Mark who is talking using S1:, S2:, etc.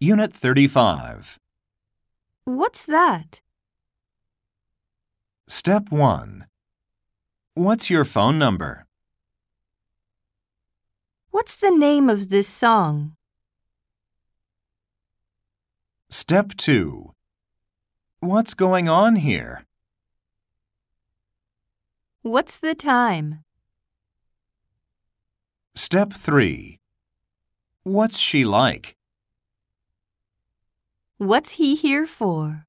S1: Unit 35.
S2: What's that?
S1: Step 1. What's your phone number?
S2: What's the name of this song?
S1: Step 2. What's going on here?
S2: What's the time?
S1: Step 3. What's she like?
S2: What's he here for?